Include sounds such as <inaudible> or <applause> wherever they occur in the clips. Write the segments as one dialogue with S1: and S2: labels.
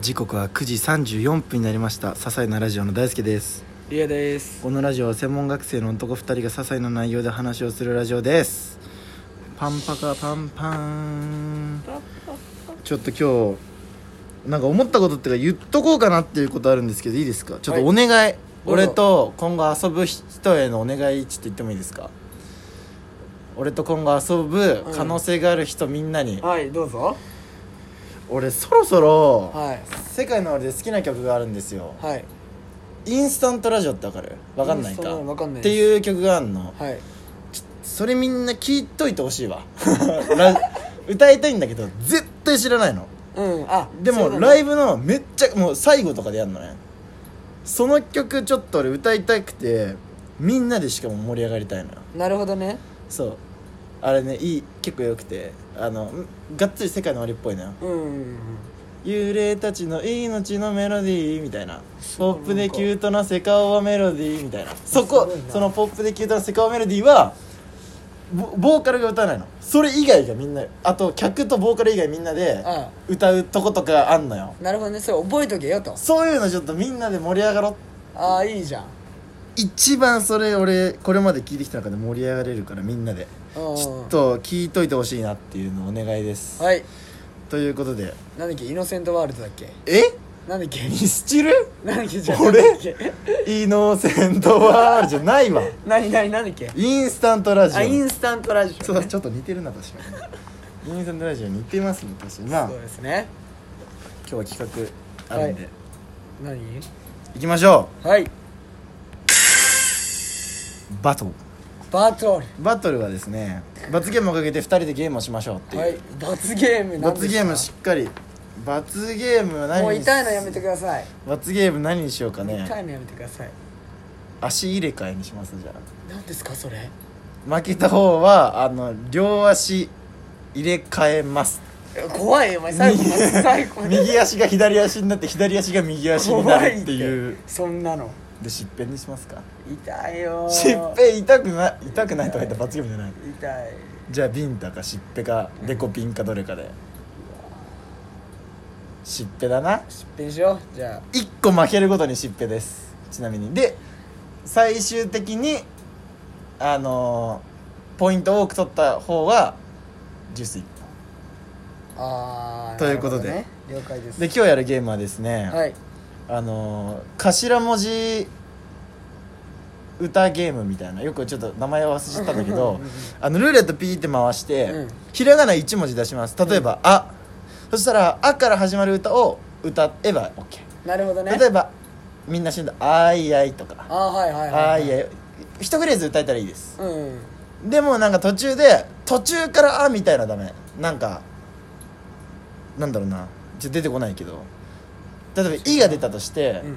S1: 時刻は9時34分になりました些細なラジオの大輔です
S2: リアです
S1: このラジオは専門学生の男2人が些細な内容で話をするラジオですパンパカパンパンちょっと今日なんか思ったことっていうか言っとこうかなっていうことあるんですけどいいですかちょっとお願い、
S2: どうぞ
S1: 俺と今後遊ぶ人へのお願いちょっと言ってもいいですか俺と今後遊ぶ可能性がある人みんなに、
S2: はいどうぞ
S1: 俺そろそろ、
S2: はい
S1: 世界の終わりで好きな曲があるんですよ
S2: はい
S1: インスタントラジオってわかるわかんない
S2: インスタ
S1: か
S2: ントわかんない
S1: っ
S2: で
S1: て
S2: す
S1: いう曲があんの
S2: はい
S1: それみんな聞いといてほしいわ <laughs> ラ歌いたいんだけど絶対知らないの
S2: うんあ
S1: でも、ライブのめっちゃもう最後とかでやるのねその曲ちょっと俺歌いたくてみんなでしかも盛り上がりたいのよ
S2: ブなるほどね
S1: そうあれねいい結構よくてあのがっつり世界の終わりっぽいのよ
S2: うんうんうん
S1: 幽霊たちの命のメロディーみたいなポップでキュートなセカオワメロディーみたいなそ
S2: す
S1: こ
S2: ごいな
S1: そのポップでキュートなセカオワメロディーはボボーカルが歌わないのそれ以外がみんなあと客とボーカル以外みんなで
S2: あ
S1: 歌うとことかあんのよ
S2: なるほどねそれ覚えとけよと
S1: そういうのちょっとみんなで盛り上がろう
S2: ああいいじゃん
S1: 一番それ俺これまで聞いてきた中で盛り上がれるからみんなで
S2: うん
S1: ちょっと聞いといてほしいなっていうのをお願いです、
S2: はい
S1: ということで
S2: なんだっけイノセントワールドだっけ
S1: え <laughs>
S2: なんだっけ
S1: ミスチル
S2: なんだっけじゃあ
S1: 俺
S2: なんだっけ
S1: イノセントワールじゃないわ
S2: 何何何だっけ
S1: インスタントラジオ
S2: あインスタントラジオ
S1: そうちょっと似てるな確かにインスタントラジオ似てますね確かにまあ
S2: そうですね
S1: 今日は企画あるんで、
S2: は何
S1: 行きましょ
S2: はい
S1: うバトル
S2: バト
S1: バトルはですね罰ゲームをかけて2人でゲームをしましょうって
S2: ル
S1: いう、
S2: はい罰ゲームなん
S1: 罰
S2: ですか
S1: ゲームしっかり罰ゲームは何
S2: もう
S1: にし
S2: 痛いのやめてください
S1: 罰ゲーム何にしようかね
S2: 痛いのやめてください
S1: 足入れ替えにしますじゃあ
S2: 何ですかそれ
S1: 負けた方はあの両足入れ替えます
S2: 怖いよお前最後まで最後まで
S1: 右足が左足になって左足が右足にな
S2: <laughs> 怖
S1: る
S2: い
S1: っていう
S2: そんなの
S1: でしっぺんにしますか
S2: 痛いよ
S1: しっぺ痛くない痛くないとか言ったら罰ゲームじゃない
S2: 痛い
S1: じゃあビンタかしっぺかデコピンかどれかでしっぺだな
S2: しっぺんしようじゃ
S1: 1個負けるごとにしっぺですちなみにで最終的にあのーポイントを多く取った方はジュース1
S2: ああー
S1: ということで
S2: なるほどね了解で
S1: 本
S2: す
S1: で今日やるゲームはですね、
S2: はい
S1: あのー頭文字歌ゲームみたいなよくちょっと名前を忘れちゃったんだけどあのルーレットピーって回して、
S2: うん
S1: ひらがな1文字出します例えば「あ」そしたら「あ」から始まる歌を歌えば OK
S2: なるほどね
S1: 例えばみんな死んだ「あいあい」とか
S2: ああはいは
S1: 「
S2: い
S1: あ
S2: はい
S1: いあい」一フレーズ歌えたらいいです
S2: うん
S1: でもなんか途中で途中から「あ」みたいなのはダメなんかなんだろうなちょっと出てこないけど例えば「い」が出たとして「
S2: うん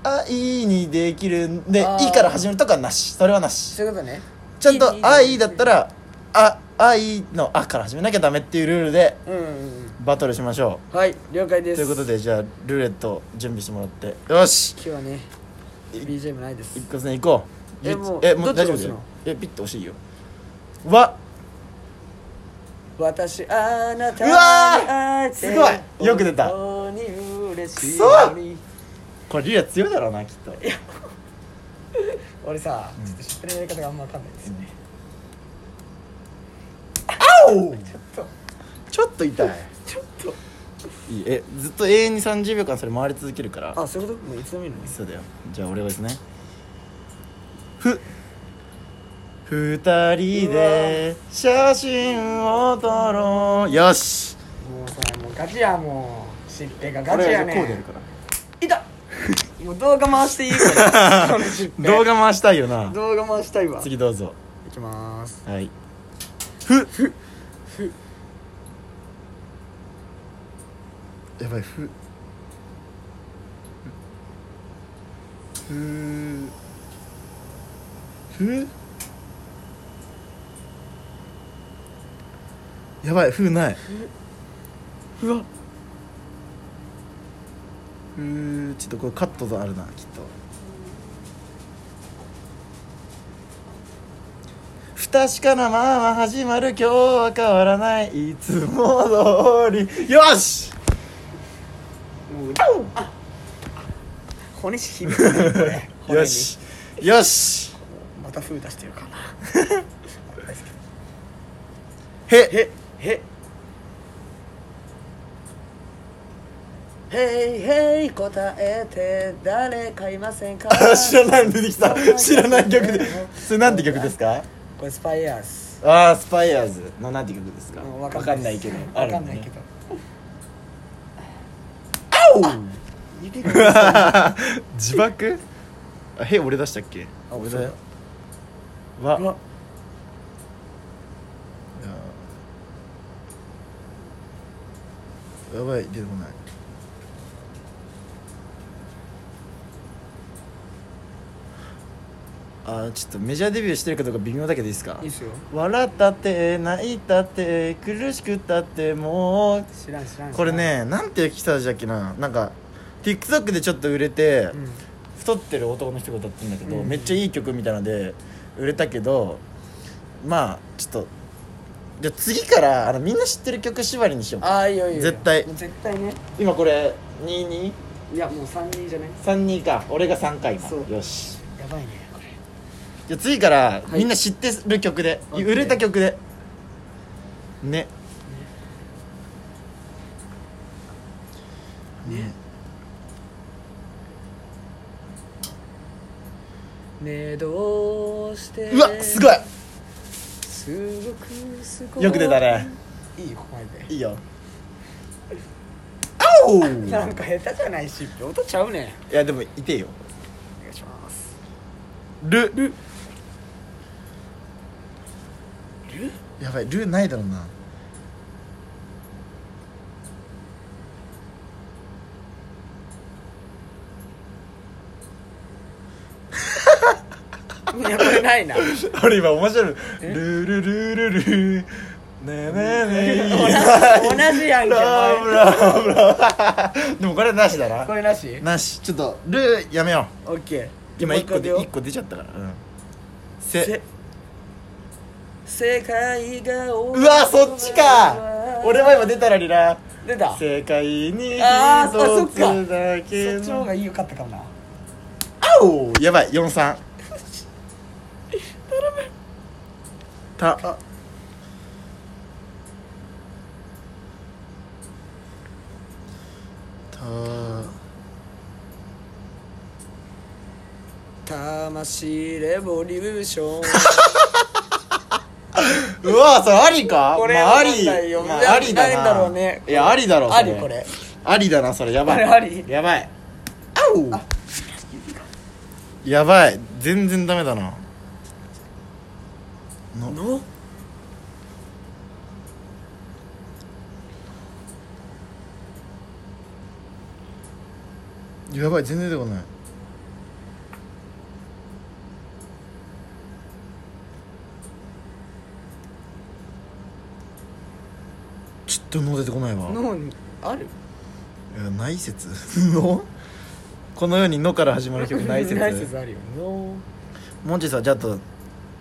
S1: 愛にできるんで
S2: あ
S1: 「
S2: ー
S1: い」から始めるとかはなしそれはなし
S2: そういうことね
S1: ちゃんと
S2: いいいい
S1: 「
S2: いい
S1: 愛」だったら「あ」「愛」の「あ」から始めなきゃダメっていうルールで
S2: うんうんうん
S1: バトルしましょ
S2: はい了解
S1: う
S2: で
S1: と
S2: す
S1: いうことでじゃあルーレット準備してもらってよし
S2: 今日はね BGM ないです
S1: 一個ずつ行こう
S2: え
S1: ゆ
S2: もう
S1: えもう
S2: ど
S1: 大丈
S2: っち
S1: 夫
S2: が押
S1: だ
S2: すの
S1: よえピッと押していいよわ
S2: 私あなたに
S1: うわー
S2: 会えて
S1: すごいよく出た
S2: 本当に嬉し
S1: く
S2: い
S1: そ
S2: に
S1: これリラ強いだろうなきっと
S2: 俺さちょっと失礼のやり方があんま分かんないですよね
S1: おー
S2: ちょっと
S1: ちょっと痛い
S2: ちょっと
S1: いいえずっと永遠に30秒間それ回り続けるから
S2: あそういうこともういつでもいいのね
S1: そうだよじゃあ俺はですねふ二人で写真を撮ろうよし
S2: もうさもうガチやもうしっぺがガチやねん
S1: ら
S2: い <laughs> たもう動画回していいからこのしっ <laughs> ぺ
S1: 動画回したいよな
S2: 動画回したいわい
S1: 次どうぞ
S2: きまーす
S1: はいふふ
S2: ふ
S1: やばいふふふやばいふないう
S2: わ
S1: ふーちょっとこれカットがあるなきっと不確かなまま始まる今日は変わらないいつも通りよし
S2: もうあ骨し響くねこれ骨に
S1: よしよし
S2: また風出してるか <laughs> な
S1: へ
S2: へへへいへい答えて誰かいませんか
S1: あ <laughs> <laughs> 知らないの出てき
S2: <laughs>
S1: た知らない曲で <laughs> それなんて曲ですか
S2: これスパイアース
S1: ああスパイアーズのなんて曲ですか
S2: うん
S1: わかんないけど
S2: わかんないけど
S1: あるのね
S2: 指が
S1: 自爆あへ俺出したっけ
S2: あ
S1: 俺
S2: そうだ
S1: わ
S2: うわ
S1: やばい出てこないあーちょっとメジャーデビューしてるかどうか微妙だけどいいですか
S2: いいっすよ
S1: 笑ったって泣いたって苦しくったってもう
S2: 知らん知らん
S1: これねなんて来たじゃっけななんか TikTok でちょっと売れて、
S2: うん
S1: 太ってる男の人が歌ってるんだけど、
S2: うん
S1: めっちゃいい曲みたいなので売れたけどまあちょっとじゃあ次からあのみんな知ってる曲縛りにしよう
S2: ああいいよいいよ
S1: 絶対
S2: もう絶対ね
S1: 今これ2232
S2: いやもう3人じゃない
S1: か俺が3回
S2: そう
S1: 今よし
S2: やばいねこれ
S1: じゃあ次から
S2: はい
S1: みんな知ってる曲で、
S2: オッケー
S1: 売れた曲でねね
S2: ねえどうして
S1: うわすごい
S2: すごくすごい
S1: よく出たね
S2: いいよここまで
S1: いいよあおー
S2: なんか下手じゃないし音ちゃうね
S1: いやでもいてよ
S2: お願いします
S1: ルルやばいルないだろうな
S2: うんやっぱりない
S1: <laughs>
S2: な
S1: あれ今面白い
S2: え
S1: ルルルルルねえねえ <laughs> ね
S2: 同じ同じや
S1: え
S2: んけ
S1: ラ
S2: お
S1: ブラブラブでもこれはなしだ
S2: 前こ
S1: な
S2: れなし
S1: なしちょっとルやめよう
S2: オッケー
S1: 今
S2: もう
S1: 一個で
S2: 出よう
S1: 一個出ちゃったからうんせ
S2: 世界が
S1: うわそっちか俺は今出たのにな
S2: 出たそっ
S1: 世界に一
S2: あーあそっ
S1: つ
S2: か
S1: だけ
S2: ちの方
S1: の
S2: が良かったかもな
S1: あおやばい四三。た
S2: あ
S1: た
S2: 魂レボリューション
S1: うわそれありか
S2: これ
S1: まああ
S2: わかんない
S1: り
S2: よ
S1: ま
S2: いや
S1: あありだ
S2: な
S1: ない
S2: んだろうね
S1: いやありだろう
S2: ありこれ
S1: ありだなそれやばい
S2: あれあり
S1: やばいあおやばい全然ダメだなの
S2: の
S1: やばい全然出てこないちょっと脳出てこないわ
S2: のある
S1: いやない説 <laughs> のこのように「の」から始まる曲ない説
S2: <laughs> ない説あるよの
S1: もんちさんじゃああと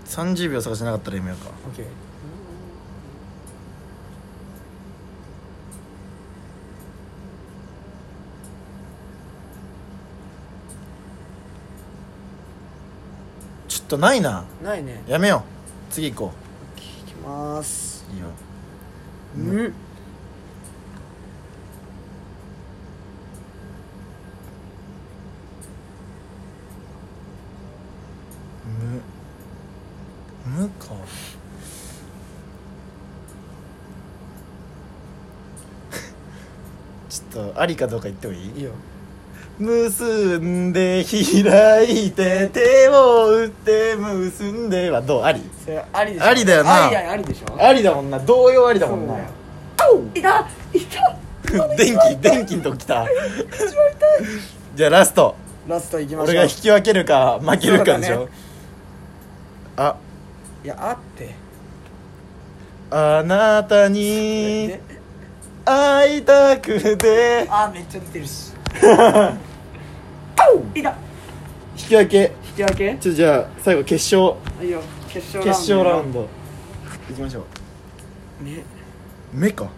S1: 30秒探してなかったらやめようか
S2: オッケー
S1: ちょっとないな
S2: ないね
S1: やめよう次行こ
S2: 聞きます
S1: ういいよ
S2: む
S1: むむか <laughs> ちょっとありかどうか言ってもいい
S2: いいよ
S1: 結んで開いて手を打って結んではどうあり
S2: それありでしょ
S1: ありだよな
S2: ありだよありでしょ
S1: ありだもんな同様ありだもん
S2: そうだ
S1: な
S2: よいたいた
S1: <laughs> 電気電気のとこ来たじゃあラスト
S2: ラストいきましょう
S1: 俺が引き分けるか負けるかでし
S2: そ
S1: ょ、
S2: うだね
S1: あ
S2: いやあって
S1: あなたに
S2: で
S1: 会いたくて
S2: あめっちゃ出てるしいた
S1: 引き分け
S2: 引き分け
S1: ちょじゃあ最後決勝
S2: いいよ決勝
S1: 決勝ラウン
S2: ド
S1: ドいきましょう
S2: ね
S1: 目か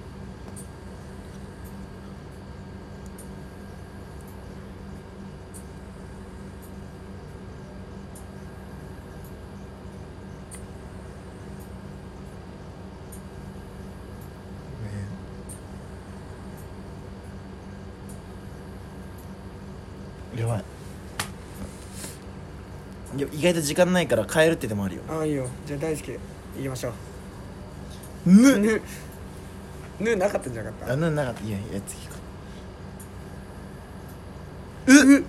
S1: いや意外と時間ないから変えるって手もあるよ
S2: ああいいよじゃあ大好きでいきましょう
S1: ぬ
S2: ぬぬなかったんじゃなか
S1: あ
S2: っ
S1: ぬなかったいやいや次か
S2: たう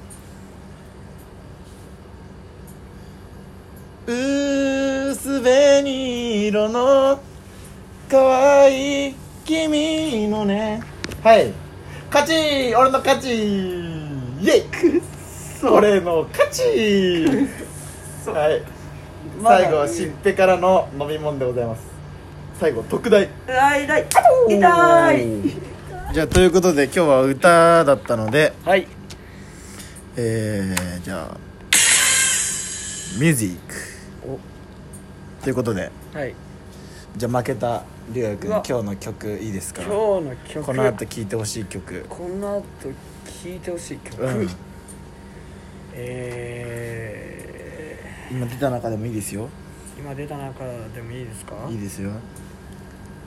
S1: うーすべに色の可愛い君のねはい勝ち俺の勝ちイエイ俺の勝ちはい
S2: まだ
S1: 最後はしっぺからの飲み物でございます最後特大
S2: あ痛い痛い
S1: じゃあということで今日は歌だったので
S2: はい
S1: えー、じゃあミュージックということで
S2: はい
S1: じゃあ負けたりゅうやくん
S2: う
S1: 今
S2: わ
S1: 日の曲いいですか
S2: 今日の曲
S1: この後聴いてほしい曲
S2: この後聴いてほしい曲、
S1: うん
S2: え
S1: 今出た中でもいいですよ
S2: ー、今出た中でもいいですか
S1: いいですよ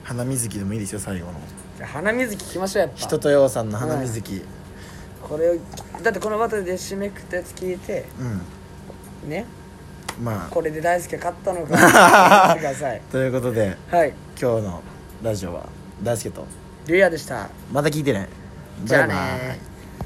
S1: 花水木でもいいですよ最後の
S2: じゃあ花水木聞きましょうやっぱ
S1: 人とようさんの花水木
S2: これをだってこのバトルで締めくったやつ聞いて
S1: う
S2: ね
S1: んまあ
S2: これで大輔勝ったのか
S1: <laughs>
S2: 聞いてください
S1: ということで
S2: はい
S1: 今日のラジオは大輔と
S2: リュウヤでした
S1: また聞いてね
S2: じゃあね
S1: バイバイ